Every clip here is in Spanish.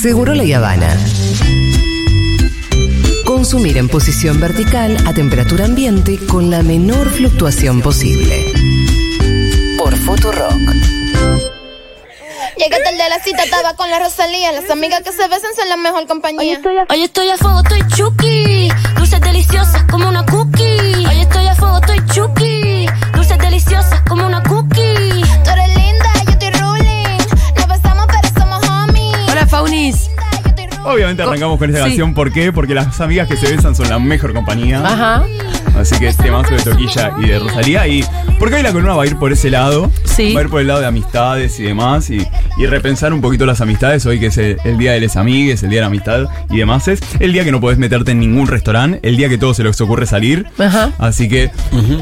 Seguro la Habana. Consumir en posición vertical a temperatura ambiente con la menor fluctuación posible. Por Futurock. Llegué tarde a la cita, estaba con la Rosalía. Las amigas que se besan son la mejor Hoy compañía. estoy a Hoy estoy a fuego, estoy chucky. Dulces deliciosas como una cookie. Hoy estoy a fuego, estoy chucky. Dulces deliciosas como una cookie. Tú eres linda, yo estoy ruling. Nos besamos, pero somos homies. Hola, Faunis. Linda, yo estoy ruling. Obviamente arrancamos con esta Sí. canción, ¿por qué? Porque las amigas que se besan son la mejor compañía. Ajá. Así que este mazo de Toquilla y de Rosalía. Y porque hoy la columna va a ir por ese lado. Sí. Va a ir por el lado de amistades y demás. Y, y repensar un poquito las amistades. Hoy que es el, el día de les amigues, el día de la amistad y demás. Es el día que no podés meterte en ningún restaurante. El día que todo se les ocurre salir. Ajá. Así que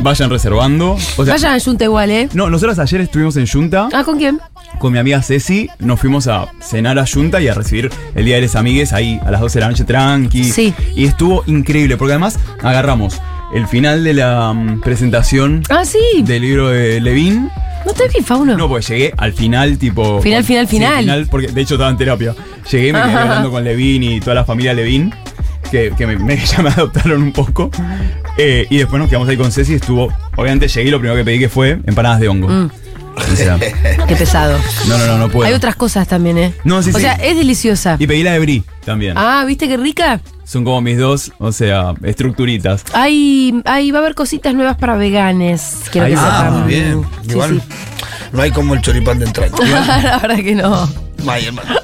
vayan reservando. O sea, Vayan a Junta igual, ¿eh? No, nosotros ayer estuvimos en Junta Ah, ¿con quién? con mi amiga Ceci. Nos fuimos a cenar a Junta y a recibir el Día de los Amigues ahí a las 12 de la noche tranqui. Sí. Y estuvo increíble, porque además agarramos el final de la mm, presentación Ah, sí. del libro de Levin. No te vi, Fauno. No, porque llegué al final, tipo. Final, final, Sí, final. porque de hecho estaba en terapia. Llegué, me quedé Ajá. hablando con Levin y toda la familia Levin, que, que me, me- ya me adoptaron un poco. Eh, y después nos quedamos ahí con Ceci. Estuvo. Obviamente llegué y lo primero que pedí que fue empanadas de hongo. Mm. O sea, Qué pesado. no, no, no, no puedo. Hay otras cosas también, ¿eh? No, sí, o sí. sea, es deliciosa. Y pedí la de Brie también. Ah, ¿viste qué rica? Son como mis dos, o sea, estructuritas. Hay, hay, va a haber cositas nuevas para veganes. Quiero Ahí que va. Ah, sepan. muy bien. Sí, Igual sí. no hay como el choripán de entraña. La verdad que no. Ay, hermano.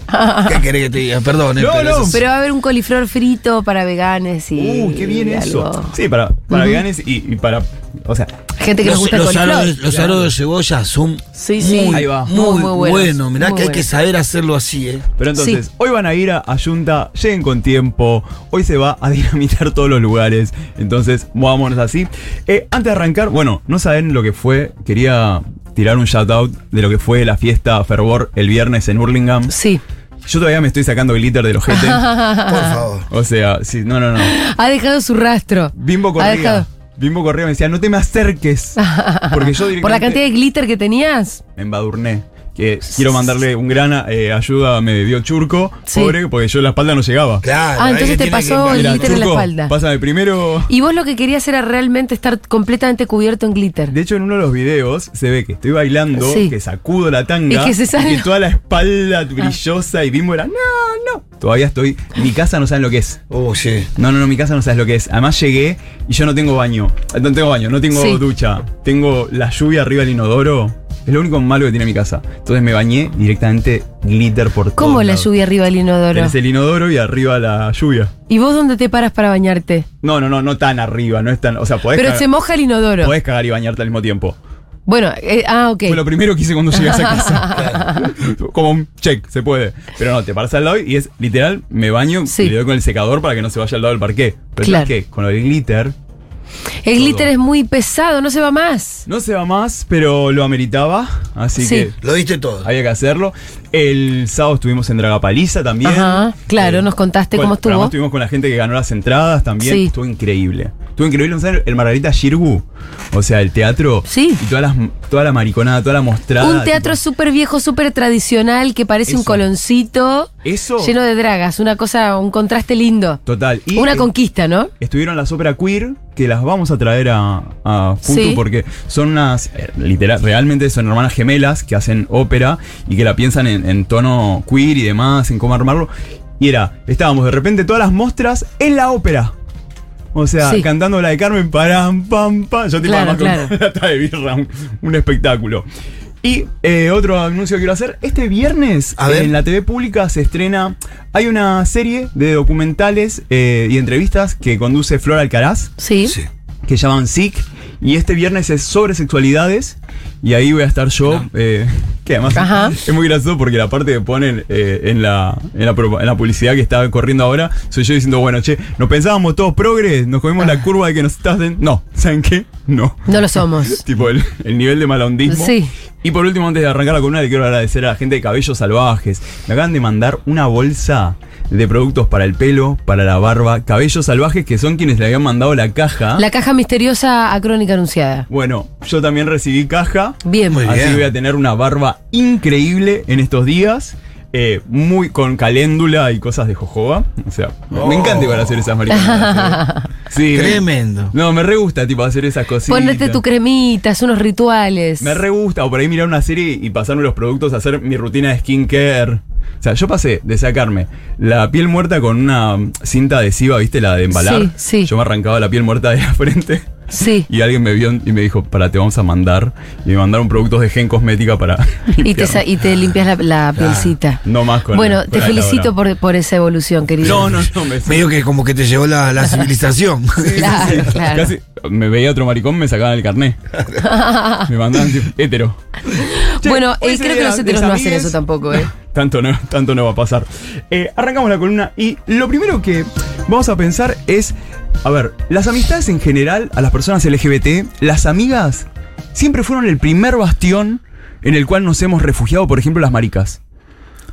¿Qué querés que te diga? Perdón, eh, No, pero no, eso es- Pero va a haber un coliflor frito para veganes y. Uh, qué bien eso. algo. Sí, para, para veganes y, y para. O sea, Gente que nos Los, gusta el los coliflor. aros, los aros de cebolla son Sí, sí. muy, Ahí va. muy, Muy, muy buenos. bueno. Mirá Muy que hay que buenos. saber hacerlo así, ¿eh? pero entonces, Sí. hoy van a ir a, a Junta, lleguen con tiempo. Hoy se va a dinamitar todos los lugares. Entonces, movámonos así. Eh, antes de arrancar, bueno, no saben lo que fue. Quería tirar un shout out de lo que fue la fiesta Fervor el viernes en Hurlingham. Sí. Yo todavía me estoy sacando glitter del ojete. Ah, Por favor. o sea, sí, no, no, no. Ha dejado su rastro. Bimbo Ha corría. dejado- Bimbo corría, me decía, no te me acerques. Porque yo directamente Por la cantidad de glitter que tenías. me embadurné. Que quiero mandarle un gran eh, ayuda, me dio churco, Sí. pobre, porque yo la espalda no llegaba. Claro. Ah, ahí entonces te tiene que pasó el encontrar- glitter en la espalda. pásame primero. Y vos lo que querías era realmente estar completamente cubierto en glitter. De hecho, en uno de los videos se ve que estoy bailando, Sí. que sacudo la tanga, Y que se Ah. sale- toda la espalda brillosa y bimbo era, no, no. Todavía estoy, mi casa no saben lo que es. Oh, sí. No, no, no, mi casa no sabes lo que es. Además llegué y yo no tengo baño. No tengo baño, no tengo Sí. ducha. Tengo la lluvia arriba del inodoro. Es lo único malo que tiene mi casa. Entonces me bañé directamente glitter por todo. ¿Cómo la lluvia arriba del inodoro? Tenés el inodoro y arriba la lluvia. ¿Y vos dónde te paras para bañarte? No, no, no, no tan arriba, no es tan. O sea, podés, Pero cagar, se moja el inodoro. podés cagar y bañarte al mismo tiempo. Bueno, eh, ah, ok. Fue lo primero que hice cuando llegué a esa casa. Como un check, se puede. Pero no, te paras al lado y es literal, me baño Sí. y le doy con el secador para que no se vaya al lado del parqué. Pero Claro. ¿sabes qué? Con el glitter el glitter todo. es muy pesado, no se va más. No se va más, pero lo ameritaba, así Sí. que Lo diste todo. había que hacerlo. El sábado estuvimos en Dragapaliza también. Ajá, claro, nos contaste Bueno, cómo pero estuvo. Además estuvimos con la gente que ganó las entradas también. Sí. Estuvo increíble. Estuvo increíble, ¿no saben? El Margarita Girgu, o sea, el teatro. Sí. Y todas las, toda la mariconada, toda la mostrada. Un teatro súper viejo, súper tradicional, que parece un Eso. coloncito tipo, Eso. lleno de dragas. Una cosa, un contraste lindo. Total. Y Una eh, conquista, ¿no? Estuvieron las ópera queer, que las vamos a traer a, a Futu Sí. porque son unas, eh, literal, realmente son hermanas gemelas que hacen ópera y que la piensan en, en tono queer y demás, en cómo armarlo. Y era, estábamos de repente todas las mostras en la ópera. O sea, Sí. cantando la de Carmen, param, pam, pam. Yo te Claro, con claro. una lata de birra, un, un espectáculo. Y eh, otro anuncio que quiero hacer, este viernes A ver. en la TV pública se estrena, hay una serie de documentales eh, y entrevistas que conduce Flor Alcaraz, Sí. Sí. que llaman SIC, y este viernes es sobre sexualidades, y ahí voy a estar yo, eh, que además Ajá. es muy gracioso porque la parte que ponen eh, en, la, en, la, propa- en la publicidad que está corriendo ahora, soy yo diciendo, bueno, che, nos pensábamos todos progres, nos comimos la curva de que nos estás... den-". No, ¿saben qué? No. No lo somos. Tipo el, el nivel de malondismo. Sí. Y por último, antes de arrancar la columna, le quiero agradecer a la gente de Cabellos Salvajes. Me acaban de mandar una bolsa de productos para el pelo, para la barba. Cabellos Salvajes, que son quienes le habían mandado la caja. La caja misteriosa a crónica anunciada. Bueno, yo también recibí caja. Bien. Muy bien. Así que voy a tener una barba increíble en estos días. eh, muy con caléndula y cosas de jojoba. O sea, Oh. me encanta igual hacer esas mariconadas. ¿eh? Sí, me- Tremendo. No, me re gusta, tipo, hacer esas cositas. Ponerte tu cremita, es unos rituales. Me re gusta, o por ahí mirar una serie y pasarme los productos, hacer mi rutina de skincare. O sea, yo pasé de sacarme la piel muerta con una mm, cinta adhesiva, ¿viste? La de embalar. Sí, sí. Yo me arrancaba la piel muerta de la frente. Sí. Y alguien me vio y me dijo, para, te vamos a mandar. Y me mandaron productos de gen cosmética para. Y te, limpiarme. sa- y te limpias la, la pielcita. No más con Bueno, con te la felicito lavadora. por, por esa evolución, querido. No, no, no, me Medio que como que te llevó la, la civilización. Claro, claro. Casi me veía otro maricón, me sacaban el carné. me mandaban tipo, hétero. Bueno, Hoy eh, es el creo que día los de heteros las no hacen amigues. eso tampoco, ¿eh? Tanto no, tanto no va a pasar. Eh, arrancamos la columna y lo primero que vamos a pensar es, a ver, las amistades en general, a las personas LGBT, las amigas siempre fueron el primer bastión en el cual nos hemos refugiado, por ejemplo, las maricas.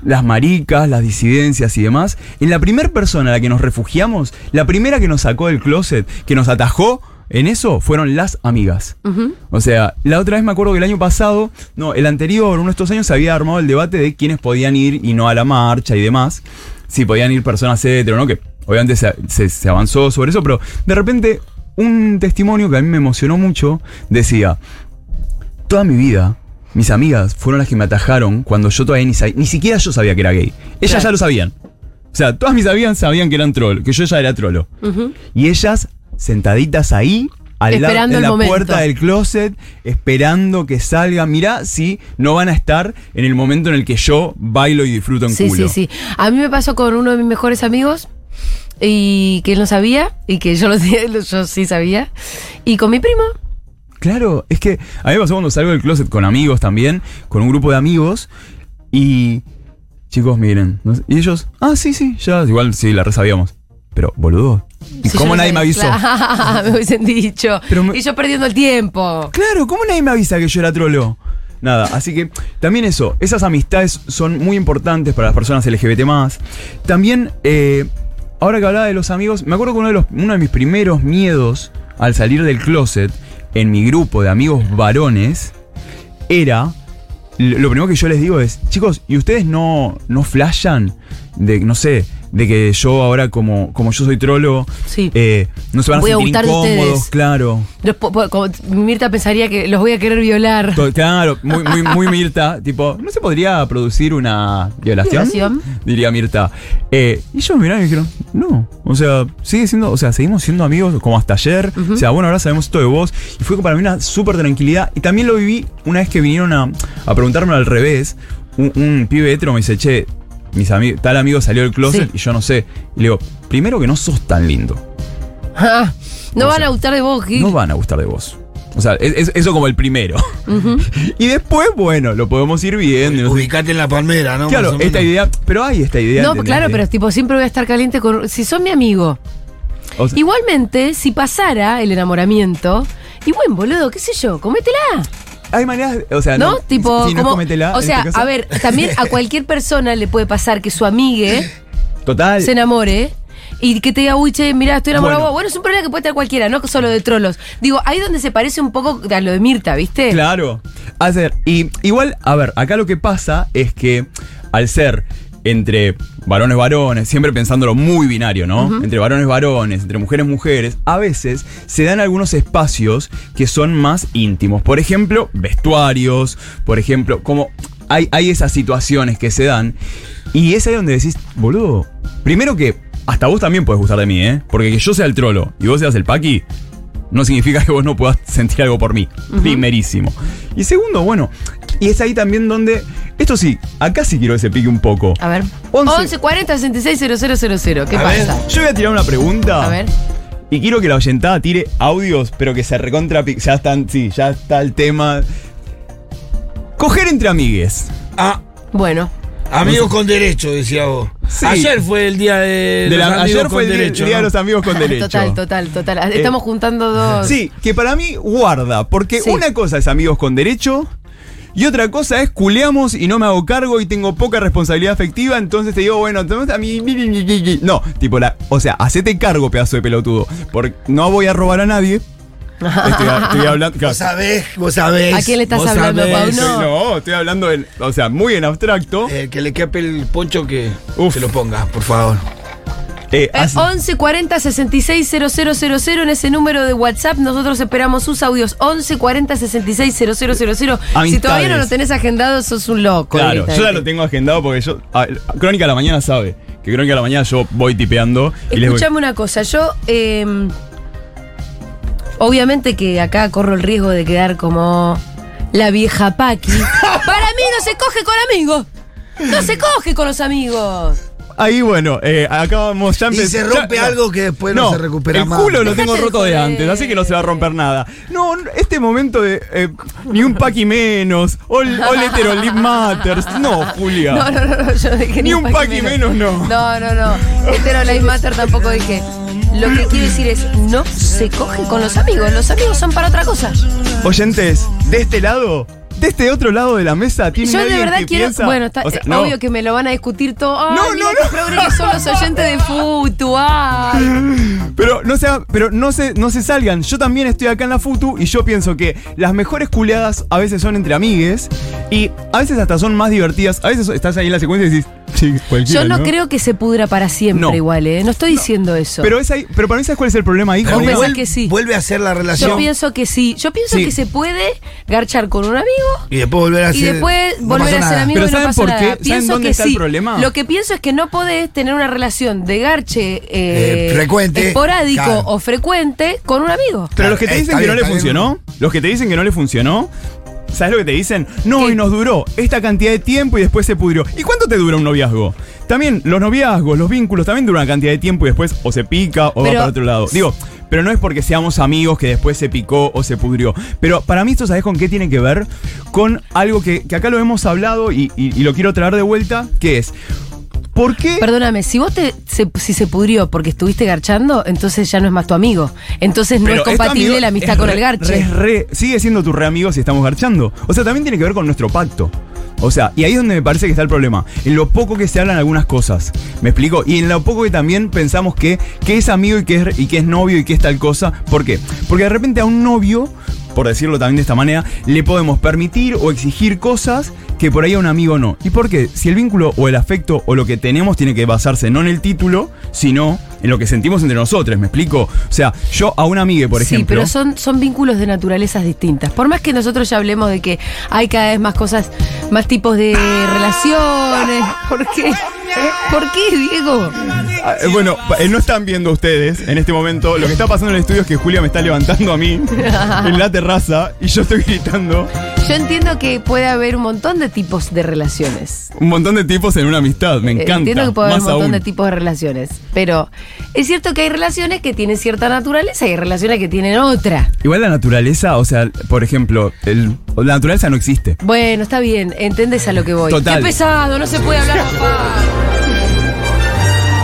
Las maricas, las disidencias y demás. En la primera persona a la que nos refugiamos, la primera que nos sacó del closet, que nos atajó en eso, fueron las amigas. O sea, la otra vez me acuerdo que el año pasado, no, el anterior, uno de estos años, se había armado el debate de quiénes podían ir y no a la marcha y demás. Si podían ir personas hetero, ¿no? Que obviamente se, se- se avanzó sobre eso, pero de repente un testimonio que a mí me emocionó mucho decía, toda mi vida, mis amigas fueron las que me atajaron cuando yo todavía ni sabía, ni siquiera yo sabía que era gay. Ellas Claro. ya lo sabían. O sea, todas mis amigas sabían que eran troll, que yo ya era trolo. Y ellas sentaditas ahí, al lado Esperando de el la momento. puerta del closet, esperando que salga. Mirá si no van a estar en el momento en el que yo bailo y disfruto en Sí, culo. sí, sí. A mí me pasó con uno de mis mejores amigos y que él no sabía y que yo, lo, yo sí sabía. Y con mi primo. Claro, es que a mí me pasó cuando salgo del closet con amigos también, con un grupo de amigos, y chicos, miren, no sé, y ellos, ah, sí, sí, ya, igual sí, la re sabíamos. Pero, boludo, ¿y Si yo cómo no nadie me avisó? sabía- Claro, me hubiesen dicho. Pero me- Y yo perdiendo el tiempo. Claro, ¿cómo nadie me avisa que yo era trolo? Nada, así que también eso, esas amistades son muy importantes para las personas LGBT más. También, eh, ahora que hablaba de los amigos, me acuerdo que uno de, los, uno de mis primeros miedos al salir del closet en mi grupo de amigos varones era... l- Lo primero que yo les digo es, chicos, ¿y ustedes no, no flashan de, no sé, de que yo ahora como, como yo soy trolo, Sí. eh, no se van a Voy a sentir gustar de ustedes. incómodos, claro? Los po- po- como Mirta pensaría que los voy a querer violar. To- Claro, muy, muy, muy Mirta. Tipo, ¿no se podría producir una violación? Violación. Diría Mirta. Eh, y ellos me miraron y dijeron, no. O sea, sigue siendo, o sea, seguimos siendo amigos como hasta ayer. O sea, bueno, ahora sabemos esto de vos. Y fue para mí una súper tranquilidad. Y también lo viví una vez que vinieron a, a preguntarme al revés. Un, un pibe hetero me dice, che, mis ami- tal amigo salió del closet Sí. y yo no sé. Y le digo, primero que no sos tan lindo. Ah, no O van sea, a gustar de vos, Gil. No van a gustar de vos. O sea, es- es- eso como el primero. Y después, bueno, lo podemos ir viendo. no sé. Ubicate en la palmera, ¿no? Más Claro, o menos. esta idea. Pero hay esta idea. No, ¿entendés? claro, pero tipo, siempre voy a estar caliente con. Si son mi amigo. O sea, Igualmente, si pasara el enamoramiento, y buen boludo, qué sé yo, cométela. hay maneras. O sea, ¿No? Ah, no. tipo, si no es como- cometela, o en sea, este caso. a ver, también a cualquier persona le puede pasar que su amigue Total. se enamore y que te diga, uy, che, mirá, estoy enamorado. de Bueno. vos". Bueno, es un problema que puede tener cualquiera, no solo de trolos. Digo, ahí donde se parece un poco a lo de Mirta, ¿viste? Claro. A ver, y igual, a ver, acá lo que pasa es que al ser entre varones varones, siempre pensándolo muy binario, ¿no? Entre varones varones, entre mujeres mujeres, a veces se dan algunos espacios que son más íntimos. Por ejemplo, vestuarios, por ejemplo, como hay, hay esas situaciones que se dan. Y es ahí donde decís, boludo, primero que hasta vos también podés gustar de mí, ¿eh? Porque que yo sea el trolo y vos seas el paqui, no significa que vos no puedas sentir algo por mí. Primerísimo. Y segundo, bueno, y es ahí también donde. Esto sí, acá sí quiero que se pique un poco. A ver. 11. 1140 660000. ¿Qué A ver. pasa? Yo voy a tirar una pregunta. A ver. Y quiero que la oyentada tire audios, pero que se recontra. pi- Ya están, sí, ya está el tema. Coger entre amigues. Ah, Bueno. amigos con derecho, decía vos. Sí. Ayer fue el día de. De Eh, los la- amigos ayer con fue el día- derecho, día de ¿no? los amigos con derecho. Eh. Total, total, total. Estamos juntando dos. Sí, que para mí guarda, porque Sí. una cosa es amigos con derecho y otra cosa es culeamos y no me hago cargo y tengo poca responsabilidad afectiva, entonces te digo, bueno, entonces a mí... mi, mi, mi, mi, mi. No, tipo la... O sea, hacete cargo, pedazo de pelotudo, porque no voy a robar a nadie. Estoy, estoy hablando. claro, Vos sabés, vos sabés. ¿A quién le estás vos hablando, sabés. Pau? estoy- No. no, estoy hablando, en- o sea, muy en abstracto. Eh, que le quepe el poncho que Uf. se lo ponga, por favor. Eh, Eh, hace- 11 40 66 000 en ese número de WhatsApp nosotros esperamos sus audios 11 40 66 000 si Amistades. todavía no lo tenés agendado sos un loco Ah, Claro, yo ya directamente. lo tengo agendado porque yo. a- Crónica de la Mañana sabe que Crónica de la Mañana yo voy tipeando y les voy. Escuchame una cosa, yo eh, obviamente que acá corro el riesgo de quedar como la vieja Paqui. Para mí no se coge con amigos. No se coge con los amigos. Ahí bueno, eh, acá vamos ya Y empe- se rompe ya- algo que después no se recupera el más. culo lo Dejate tengo de roto de joder. antes, así que no se va a romper nada. No, n- este momento de eh, ni un paqui menos, all, all hetero live matters. No, Julia. No, no, no, no, yo dije Ni un Paqui Paqui menos, no. No, no, no. Hetero Life Matter tampoco dije. Lo que quiero decir es, no se coge con los amigos. Los amigos son para otra cosa. Oyentes, de este lado, de este otro lado de la mesa, tiene Yo de alguien verdad que quiero. piensa- Bueno, está o sea, eh, no. obvio que me lo van a discutir todo. Ay, No, mira no, qué no. progre que son los oyentes de Futu. ay. Pero no sea, pero no se, no se salgan. Yo también estoy acá en la Futu y yo pienso que las mejores culeadas a veces son entre amigues y a veces hasta son más divertidas. A veces so- estás ahí en la secuencia y decís, "Sí, cualquiera, Yo no, creo que se pudra para siempre No. igual, ¿eh? No estoy diciendo eso. Pero, es ahí- pero para mí, ¿sabes cuál es el problema ahí, ¿Vos Julia? pensás que sí? Vuelve a hacer la yo relación pienso que sí. Yo pienso Sí. que se puede garchar con un amigo y después volver a y hacer. después volver a ser amigo Pero y no ¿saben pasa por nada. qué? ¿Saben Pienso dónde que está el sí. problema? Lo que pienso es que no podés tener una relación de garche eh, Eh, frecuente, esporádico claro. o frecuente con un amigo. Pero los que te Eh, dicen está que no bien, le está bien. funcionó, los que te dicen que no le funcionó, ¿sabes lo que te dicen? No, ¿Qué? y nos duró esta cantidad de tiempo y después se pudrió. ¿Y cuánto te dura un noviazgo? También los noviazgos, los vínculos, también duran una cantidad de tiempo y después o se pica o va Pero- para otro lado. Digo, pero no es porque seamos amigos que después se picó o se pudrió. Pero para mí esto, ¿sabes con qué tiene que ver? Con algo que, que acá lo hemos hablado y, y- y lo quiero traer de vuelta, que es, ¿por qué? Perdóname, si vos te se- si se pudrió porque estuviste garchando, entonces ya no es más tu amigo. Entonces no es Pero esto, compatible amigo, la amistad es con re- el garche. re- es re- sigue siendo tu re amigo si estamos garchando. O sea, también tiene que ver con nuestro pacto. O sea, y ahí es donde me parece que está el problema. En lo poco que se hablan algunas cosas. ¿Me explico? Y en lo poco que también pensamos que, que es amigo y que es, y que es novio y que es tal cosa. ¿Por qué? Porque de repente a un novio, por decirlo también de esta manera, le podemos permitir o exigir cosas que por ahí a un amigo no. ¿Y por qué? Si el vínculo o el afecto o lo que tenemos tiene que basarse no en el título, sino en lo que sentimos entre nosotros. ¿Me explico? O sea, yo a una amiga, por Sí, ejemplo. pero son, son vínculos de naturalezas distintas. Por más que nosotros ya hablemos de que hay cada vez más cosas, más tipos de relaciones. ¿Por qué? ¿Eh? ¿Por qué, Diego? Ah, eh, Bueno, pa- eh, no están viendo ustedes en este momento. Lo que está pasando en el estudio es que Julia me está levantando a mí en la terraza y yo estoy gritando Yo entiendo que puede haber un montón de tipos de relaciones. un montón de tipos en una amistad. Me Eh, encanta. Entiendo que puede haber más un montón aún. de tipos de relaciones. Pero es cierto que hay relaciones que tienen cierta naturaleza y hay relaciones que tienen otra. Igual la naturaleza, o sea, por ejemplo, el- la naturaleza no existe. Bueno, está bien, entendés a lo que voy. Total. Qué pesado, no se puede hablar papá.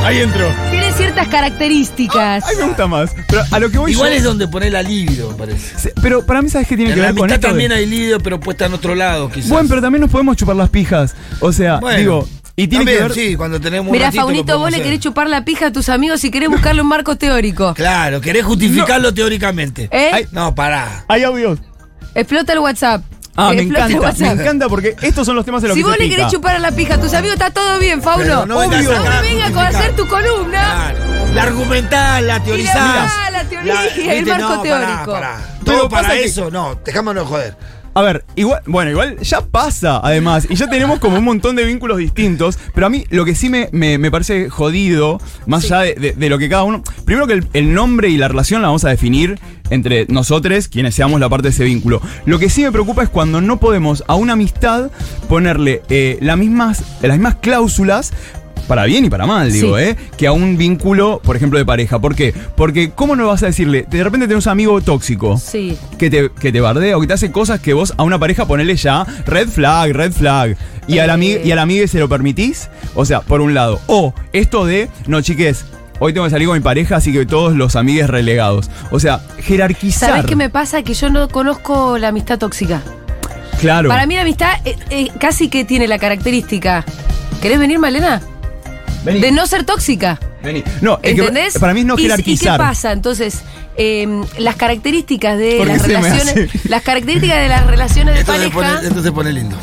Ahí entro. Tiene ciertas características. Ay, me gusta más. Pero a lo que voy Igual yo- es donde poner la libido, me parece. Se- Pero para mí, ¿sabes qué tiene En que la ver con amistad esto? de- también hay libido, pero puesta en otro lado, quizás. Bueno, pero también nos podemos chupar las pijas. O sea, Bueno, digo, y tiene también, que ver. sí, cuando tenemos un Mirá, ratito lo Faunito, vos podemos le hacer. querés chupar la pija a tus amigos y querés buscarle un marco teórico. Claro, querés justificarlo teóricamente. ¿Eh? Ay. No, pará. Hay audios. Explota el WhatsApp. Ah, me Eh, Explota el encanta. Me WhatsApp. encanta porque estos son los temas de los Si que se vos le pica. querés chupar a la pija a tus amigos, está todo bien, Fauno. Pero no vengas Obvio. acá a No vengas con justificar. hacer tu columna. Claro. La argumentás, la teorizás. verdad, la teoría, el viste, marco no, teórico. Pará, pará. Pero Todo para pasa que- eso, no, dejámonos joder. A ver, igual, bueno, igual ya pasa además, y ya tenemos como un montón de vínculos distintos, pero a mí lo que sí me, me- me parece jodido, más allá de, de- de lo que cada uno, primero que el, el nombre y la relación la vamos a definir entre nosotros, quienes seamos la parte de ese vínculo. Lo que sí me preocupa es cuando no podemos a una amistad ponerle eh, las, mismas, las mismas cláusulas. Para bien y para mal, digo, Sí. ¿eh? Que a un vínculo, por ejemplo, de pareja. ¿Por qué? Porque, ¿cómo no vas a decirle? De repente tenés un amigo tóxico Sí. que te, que te bardea o que te hace cosas que vos a una pareja ponele ya red flag, red flag. Y a la amiga, y a la amiga se lo permitís. O sea, por un lado. O esto de, no chiques, hoy tengo que salir con mi pareja, así que todos los amigues relegados. O sea, jerarquizar. ¿Sabés qué me pasa? Que yo no conozco la amistad tóxica. Claro. Para mí la amistad eh, eh, casi que tiene la característica. ¿Querés venir, Malena? Vení. De no ser tóxica. Vení. No, es que ¿Entendés? para mí es no ¿Y- ¿Y, qué jerarquizar. pasa? Entonces, eh, las características de Porque las se me relaciones, hace. las características de las relaciones de Esto se, pone, pareja, esto se pone lindo.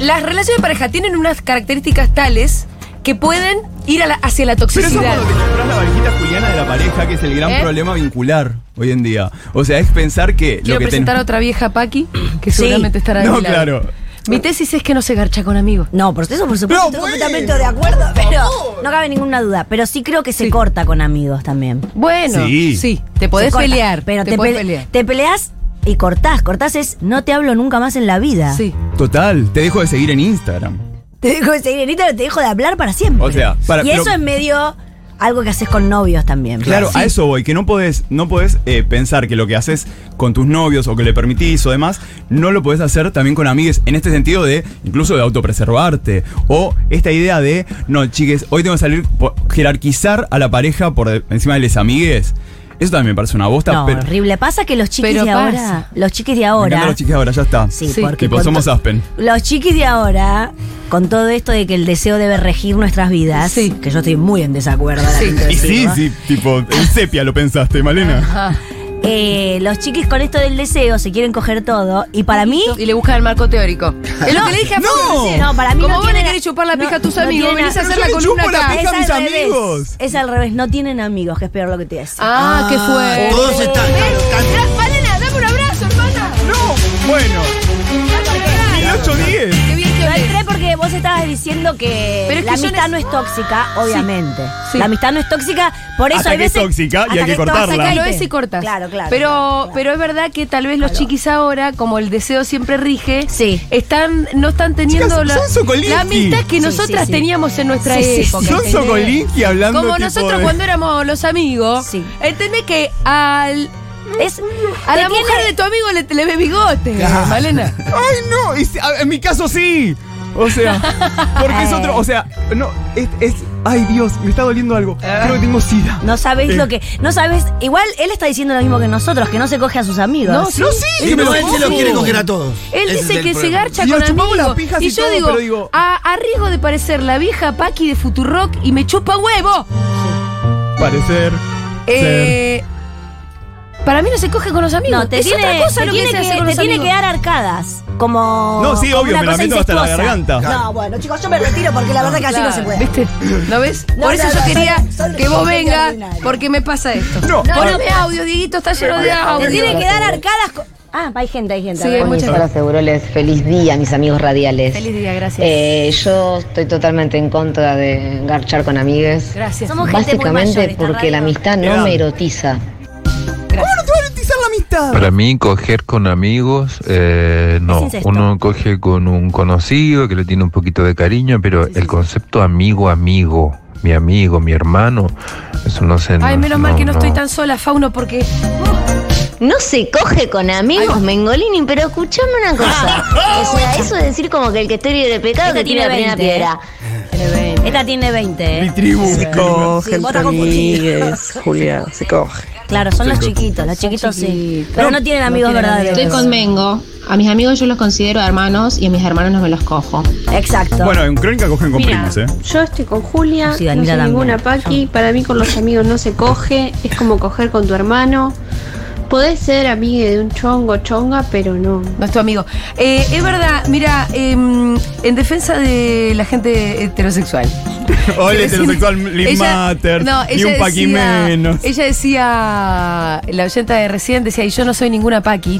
las relaciones de pareja tienen unas características tales que pueden ir a la- hacia la Pero eso es toxicidad. cuando te compras la valijita juliana de la pareja, que es el gran ¿Eh? problema vincular hoy en día. O sea, es pensar que Quiero lo que presentar a tenemos. otra vieja Paqui, que seguramente estará de No, mi lado. claro. Mi tesis es que no se garcha con amigos. No, por eso, por supuesto, No, estoy pues. completamente de acuerdo, pero no cabe ninguna duda. Pero sí creo que se corta con amigos también. Bueno, sí, Sí. te podés Se corta, pelear, pero te, te podés pele- pelear. te peleas y cortás. Cortás es no te hablo nunca más en la vida. Sí. Total, te dejo de seguir en Instagram. Te dejo de seguir en Instagram, te dejo de hablar para siempre. O sea, para- y pero- eso es medio algo que haces con novios también. Claro, Sí. a eso voy, que no podés, no podés eh, pensar que lo que haces con tus novios o que le permitís o demás, no lo podés hacer también con amigues, en este sentido de incluso de autopreservarte. O esta idea de, no, chiques, hoy tengo que salir, po- jerarquizar a la pareja por de- encima de les amigues. Eso también me parece una bosta, No, pero. horrible. Pasa que los chiquis Pero de pasa. ahora. Los chiquis de Me ahora. encantan los chiques ahora, ya está. Sí, Sí. porque. Tipo, con somos to- Aspen. Los chiquis de ahora, con todo esto de que el deseo debe regir nuestras vidas, Sí. que yo estoy muy en desacuerdo. la tengo que Y sí, decir, ¿no? sí, tipo, en sepia lo pensaste, Malena. Eh, los chiquis con esto del deseo se quieren coger todo y para mí Y le buscan el marco teórico. Es lo que le dije a No. Pablo recién. No, para mí Como no vos tiene le na- querés chupar la no- pija a tus no amigos, tiene venís a na- hacer Yo la le columna chupo la acá. pija. es a mis al revés. amigos. Es al revés, no tienen amigos, que es peor lo que te decía. Ah, qué fuerte. Todos están. están- Malena, dame un abrazo, hermana. Bueno, el 8-10. Qué bien que Yo hablé. entré porque vos estabas diciendo que Pero es la que yo amistad no- no es tóxica, obviamente. sí. La amistad no es tóxica, por eso Hasta hay que es veces... tóxica y hasta hay que es cortarla. tóxica y Sacalo te- ese y cortas. Claro, claro. Pero, claro. pero es verdad que tal vez los chiquis ahora, como el deseo siempre rige, Sí. están, no están teniendo Chicas, la, son socolinqui. la amistad que Sí, nosotras sí, sí. teníamos en nuestra Sí, sí, época. sí. Son ¿entendés? socolinqui hablando Como tipo eh. nosotros de- cuando éramos los amigos, Sí. entendés que al, Es, a te la tiene- mujer de tu amigo le, le ves bigote, Malena. ¡Ay, no! y si- a- en mi caso sí. O sea, porque es otro. O sea, no, es, es. ¡Ay, Dios! Me está doliendo algo. Creo que tengo sida. No sabéis Eh. lo que... No sabes... Igual él está diciendo lo mismo que nosotros, que no se coge a sus amigos. No, sí. No, sí, Sí, que me pero él se lo como. quiere coger a todos. Él Ese es dice el que se problema. garcha Y con nos chupamos amigos. las pijas y y yo todo, digo, pero digo- A, a riesgo de parecer la vieja Paqui de Futurock y me chupa huevo. Parecer. ser. Eh, para mí no se coge con los amigos. No, te es tiene, otra cosa te lo tiene que se que, hace con te los tiene amigos. que dar arcadas. Como. No, sí, como obvio, una me la cosa meto hasta la incestuosa. garganta. No, bueno, chicos, yo me retiro porque la verdad que así no se puede. ¿Viste? ¿Lo ves? No, Por eso no, yo no, quería son- son que vos gente vengas, ordinaria. porque me pasa esto. No, Poneme audio, Dieguito, está lleno de audio. Te tiene que dar arcadas. co- Ah, hay gente, hay gente. Sí, a ver. hay mucha- Hola, Seguroles. Feliz día, mis amigos radiales. Feliz día, gracias. Eh, yo estoy totalmente en contra de garchar con amigues. Gracias. Somos gente muy mayor, Básicamente esta porque la radio. amistad Edad. no me erotiza. Para mí, coger con amigos, eh, Es no. incesto. Uno coge con un conocido que le tiene un poquito de cariño, pero el concepto amigo, amigo, mi amigo, mi hermano, eso no se. Ay, menos mal que no, estoy no. tan sola, Fauno, porque No se coge con amigos, Mengolini, pero escuchame una cosa. Ah, O sea, eso es decir como que el que esté libre de pecado Esta que tiene la tiene primera 20, piedra. ¿eh? Esta tiene 20, Mi ¿eh? tribu. Sí, vos estás confundida. Julia, se coge. Claro, son los chiquitos, los chiquitos sí. Pero no tienen amigos tienen verdaderos. amigos. Estoy Mengo. A mis amigos yo los considero hermanos y a mis hermanos no me los cojo. Exacto. Bueno, en Crónica cogen con primos, ¿eh? Yo estoy con Julia, Sí, no Daniela soy también. ninguna Paqui. Para mí con los amigos no se coge, es como coger con tu hermano. Podés ser amiga de un chongo, chonga, pero no. no es tu amigo. Eh, es verdad, mira, em, en defensa de la gente heterosexual. Ole, Recién- heterosexual, Live ella- Matter. no, ni ella un paqui decía- menos. Ella decía, la oyenta de recién decía, y yo no soy ninguna paqui.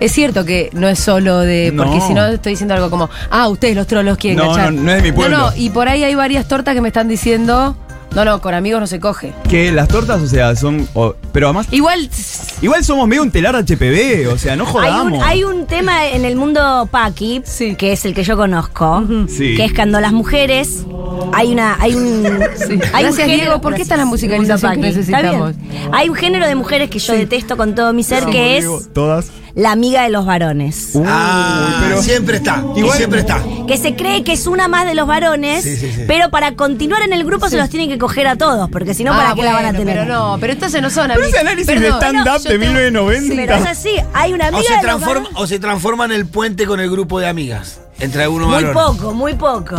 Es cierto que no es solo de. Porque No. si no, estoy diciendo algo como, ah, ustedes los trolos quieren No, cachar. no, no es de mi pueblo. No, no, y por ahí hay varias tortas que me están diciendo, no, no, con amigos no se coge. Que las tortas, o sea, son. o- pero además. Igual. tss, Igual somos medio un telar HPV, o sea, no Hay jodamos. un, hay un tema en el mundo paqui, Sí. que es el que yo conozco, Sí. que es cuando las mujeres hay una hay un hay Gracias, Diego, ¿por qué está la musicalización mundo que paqui? Está necesitamos? bien. Hay un género de mujeres que yo detesto con todo mi ser Como que es digo, Todas. la amiga de los varones. Ah, Uy, pero- siempre está. Igual- siempre está. Que se cree que es una más de los varones, Sí, sí, sí. pero para continuar en el grupo se los tienen que coger a todos, porque si no, ¿para Ah, qué la van a bueno, tener? Pero no, pero entonces no son Pero amigos. ese análisis Perdón. de stand-up Yo de te- Sí, 1990. pero es así, hay una O amiga se, de los transforma, varones. o se transforma en el puente con el grupo de amigas. Entre algunos Muy varones. poco, muy poco.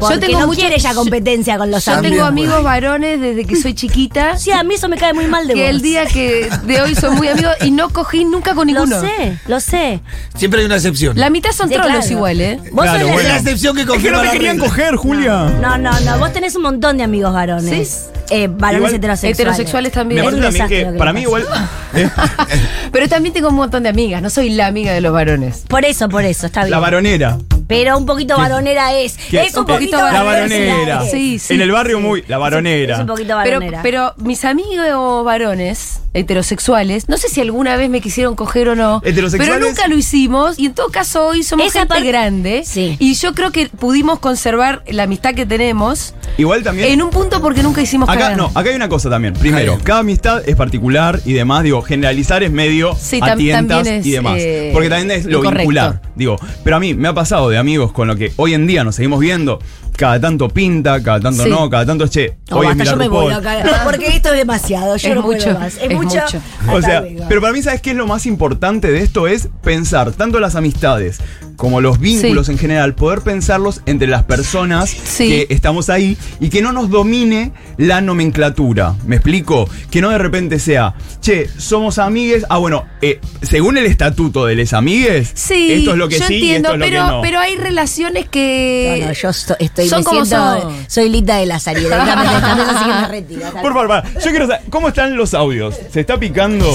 Porque tengo no mucho- quiere ya competencia con los Yo amigos. tengo amigos varones desde que soy chiquita. Sí, a mí eso me cae muy mal de Que vos. el día que de hoy son muy amigos y no cogí nunca con Lo ninguno. sé, lo sé. Siempre hay una excepción. La mitad son Sí, trolos claro. igual, ¿eh? Vos Claro, sos la- bueno. Es la excepción que Es que confirma no me la querían regla. Ah. coger, Julia. No, no, no. Vos tenés un montón de amigos varones. Eh, varones Igual- heterosexuales. Heterosexuales también. Me parece un también desastre que, lo que para le mí pasa. igual... Ah, Pero también tengo un montón de amigas, no soy la amiga de los varones. Por eso, por eso, está bien. La varonera. Pero un poquito varonera es. que- Es un ok, poquito la La varonera. varonera. es. Sí, sí, en el barrio muy... La Es varonera. un poquito Pero, varonera. pero mis amigos varones heterosexuales, no sé si alguna vez me quisieron coger o no, Heterosexuales. pero nunca lo hicimos y en todo caso hoy somos Esa gente par- grande Sí. y yo creo que pudimos conservar la amistad que tenemos Igual también... en un punto porque nunca hicimos Acá cagada. no, acá hay una cosa también. Primero, Ahí. cada amistad es particular y demás. Digo, generalizar es medio Sí, a tam- tientas también es, y demás. eh, Porque también es lo incorrecto. vincular. Digo, pero a mí me ha pasado de amigos con lo que hoy en día nos seguimos viendo. Cada tanto pinta, cada tanto Sí. no, cada tanto es, che. No, hoy es basta, yo Mirar me voy RuPaul. acá. Porque esto es demasiado. Yo Es no puedo mucho, más. es Es, mucho. mucho. O Hasta sea, luego. pero para mí, ¿sabes qué es lo más importante de esto? Es pensar tanto las amistades como los vínculos en general, poder pensarlos entre las personas Sí. que estamos ahí y que no nos domine la nomenclatura. ¿Me explico? Que no de repente sea, che, somos amigues. Ah, bueno, eh, según el estatuto de les amigues, Sí, esto es lo que yo sí y entiendo, esto es lo pero, que no. pero hay relaciones No, que... no, yo so- estoy Son me como siento- son. Soy Lita de la salida. así que me retiro. Hasta Por favor, pará. yo quiero saber, ¿cómo están los audios? ¿Se está picando?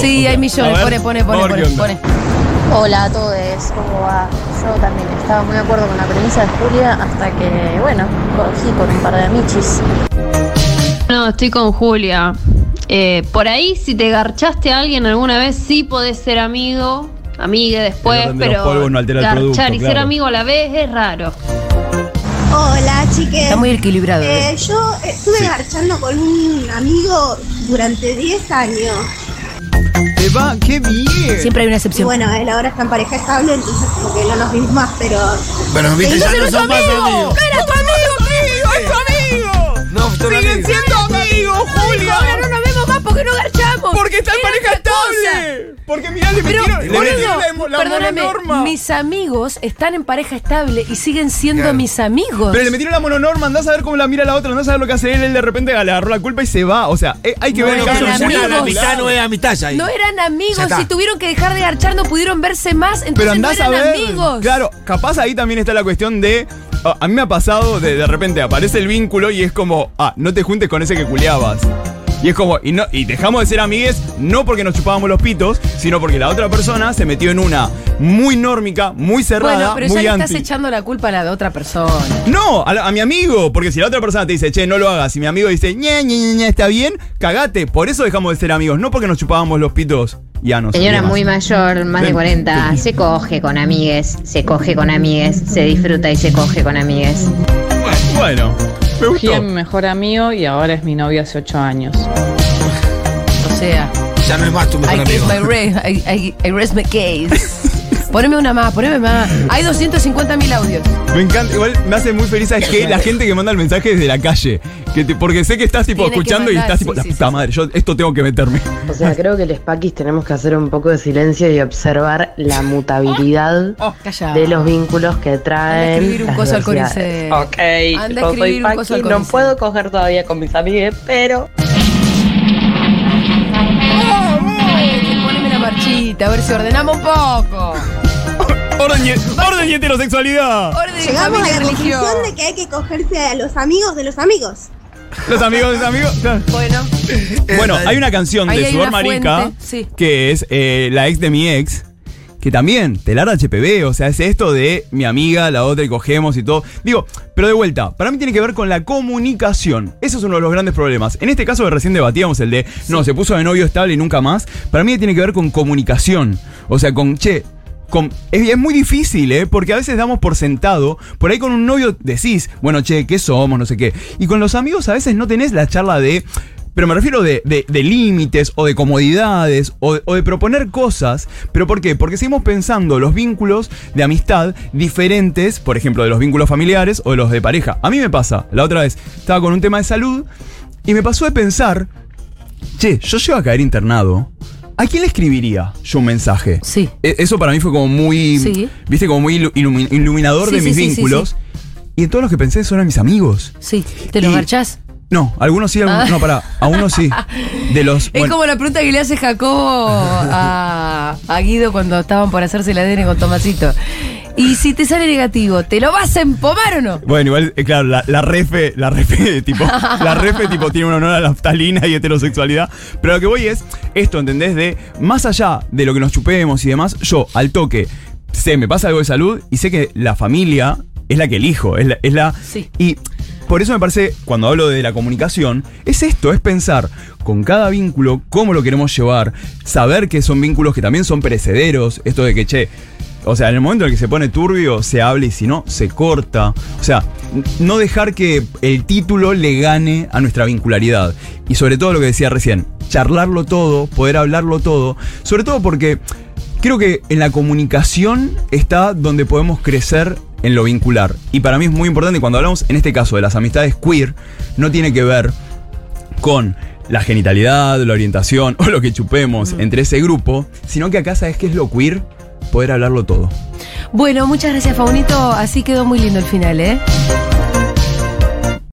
Sí, O sea, hay a millones, ver, pone, pone, vamos a pone, ver pone, qué onda. pone. Hola a todos, ¿cómo va? Yo también estaba muy de acuerdo con la premisa de Julia hasta que, bueno, cogí con un par de amichis. No, estoy con Julia. Eh, por ahí, si te garchaste a alguien alguna vez, sí podés ser amigo, amiga El después, orden de los pero polvos no altera el garchar producto, y ser claro. amigo a la vez es raro. Hola, chiques. Está muy equilibrado. ¿eh? Eh, yo estuve garchando con un amigo durante 10 años. Te va, qué bien. ¿eh? Siempre hay Y una excepción. bueno, él ahora está en pareja estable, entonces como que no nos vimos más, pero... Pero viste, ya no Entonces no son más es tu amigo. amigos. ¡Era tu amigo, amigo! ¡Es tu amigo! No, son amigos. siendo amigos, Julia! Ahora ¡Oh, no nos vemos más porque no garchamos. Porque está en pareja estable. Porque mirá, le Pero, metieron, le metieron boludo, la, la perdóname, mononorma. mis amigos están en pareja estable y siguen siendo mis amigos. Pero le metieron la mononorma, andás a ver cómo la mira la otra, andás a ver lo que hace él, él de repente le agarró la culpa y se va. O sea, eh, hay que ver el Bueno, caso eran en amigos. La particular. mitad no es a mitad ya ahí. no eran Ya amigos, está. si tuvieron que dejar de garchar no pudieron verse más, Pero entonces no andás eran a ver. amigos. Claro, capaz ahí también está la cuestión de. ah, A mí me ha pasado de de repente aparece el vínculo y es como, ah, no te juntes con ese que culeabas. Y es como, y, no, y dejamos de ser amigues no porque nos chupábamos los pitos, sino porque la otra persona se metió en una muy nórmica, muy cerrada, bueno, pero ya muy le anti. estás echando la culpa a la de otra persona. No, a, la- a mi amigo, porque si la otra persona te dice, che, no lo hagas, y mi amigo dice, ñe, ñe, ñe, ñe, está bien, cagate. Por eso dejamos de ser amigos, no porque nos chupábamos los pitos llanos. Señora Bien. muy mayor, más de 40, se coge con amigues, se coge con amigues, se disfruta y se coge con amigues. Bueno, Fui me a mi gustó. mejor amigo y ahora es mi novio hace ocho años. O sea, Ya no es más tu I mejor give amigo. my re- I, I- I rest my case. Poneme una más, poneme más. Hay 250 mil audios. Me encanta, igual me hace muy feliz, ¿sabes qué? La gente que manda el mensaje desde la calle. Que te- porque sé que estás tipo Tiene que escuchando y mandar, estás tipo, sí, la sí, puta madre, yo esto tengo que meterme. O sea, creo que los paquis tenemos que hacer un poco de silencio y observar la mutabilidad Oh, Calla. de los vínculos que Anda a traen. escribir un las coso al diversidades. Conicet. Ok, Anda a yo soy escribir un Paqui, coso al no Conicet. puedo coger todavía con mis amigues, pero... Poneme la marchita, a ver si ordenamos un poco. ¡Orden y, orden y heterosexualidad! Orden, Llegamos a familia, la religión. conclusión de que hay que cogerse a los amigos de los amigos. Los amigos, los amigos. claro. Bueno, Bueno, hay una canción Ahí de hay Sudor una Marica fuente, sí. que es eh, La ex de mi ex. Que también, telar HPV, o sea, es esto de mi amiga, la otra y cogemos y todo. Digo, pero de vuelta, para mí tiene que ver con la comunicación. Eso es uno de los grandes problemas. En este caso que recién debatíamos el de, no, se puso de novio estable y nunca más. Para mí tiene que ver con comunicación. O sea, con, che, con- es, es muy difícil, ¿eh? Porque a veces damos por sentado. Por ahí con un novio decís, bueno, che, ¿qué somos? No sé qué. Y con los amigos a veces no tenés la charla de. Pero me refiero de, de- de límites o de comodidades o de, o de proponer cosas. ¿Pero por qué? Porque seguimos pensando los vínculos de amistad diferentes, por ejemplo, de los vínculos familiares o de los de pareja. A mí me pasa, la otra vez estaba con un tema de salud y me pasó de pensar, che, yo llego a caer internado. ¿A quién le escribiría yo un mensaje? Sí. E- Eso para mí fue como muy, Sí. viste, como muy ilu- ilumi- iluminador Sí, de sí, mis sí, sí, vínculos. Y en todos los que pensé son a mis amigos. Sí, ¿te lo Y- marchás? No, algunos sí, algunos. Ah. No, pará, a unos sí. De los. Es bueno, como la pregunta que le hace Jacobo a, a Guido cuando estaban por hacerse el ADN con Tomasito. Y si te sale negativo, ¿te lo vas a empomar o no? Bueno, igual, eh, claro, la, la refe, la refe, tipo, la refe, tipo, tiene un honor a la naftalina y heterosexualidad. Pero lo que voy es esto, ¿entendés? De más allá de lo que nos chupemos y demás, yo al toque sé, me pasa algo de salud y sé que la familia es la que elijo, es la. Es la Y por eso me parece, cuando hablo de la comunicación, es esto, es pensar con cada vínculo cómo lo queremos llevar, saber que son vínculos que también son perecederos, esto de que, che, o sea, en el momento en el que se pone turbio, se habla y si no, se corta. O sea, n- no dejar que el título le gane a nuestra vincularidad. Y sobre todo lo que decía recién, charlarlo todo, poder hablarlo todo. Sobre todo porque creo que en la comunicación está donde podemos crecer en lo vincular. Y para mí es muy importante, y cuando hablamos en este caso de las amistades queer, no tiene que ver con la genitalidad, la orientación o lo que chupemos entre ese grupo, sino que acá sabes qué es lo queer, poder hablarlo todo. Bueno, muchas gracias, Faunito. Así quedó muy lindo el final, ¿eh?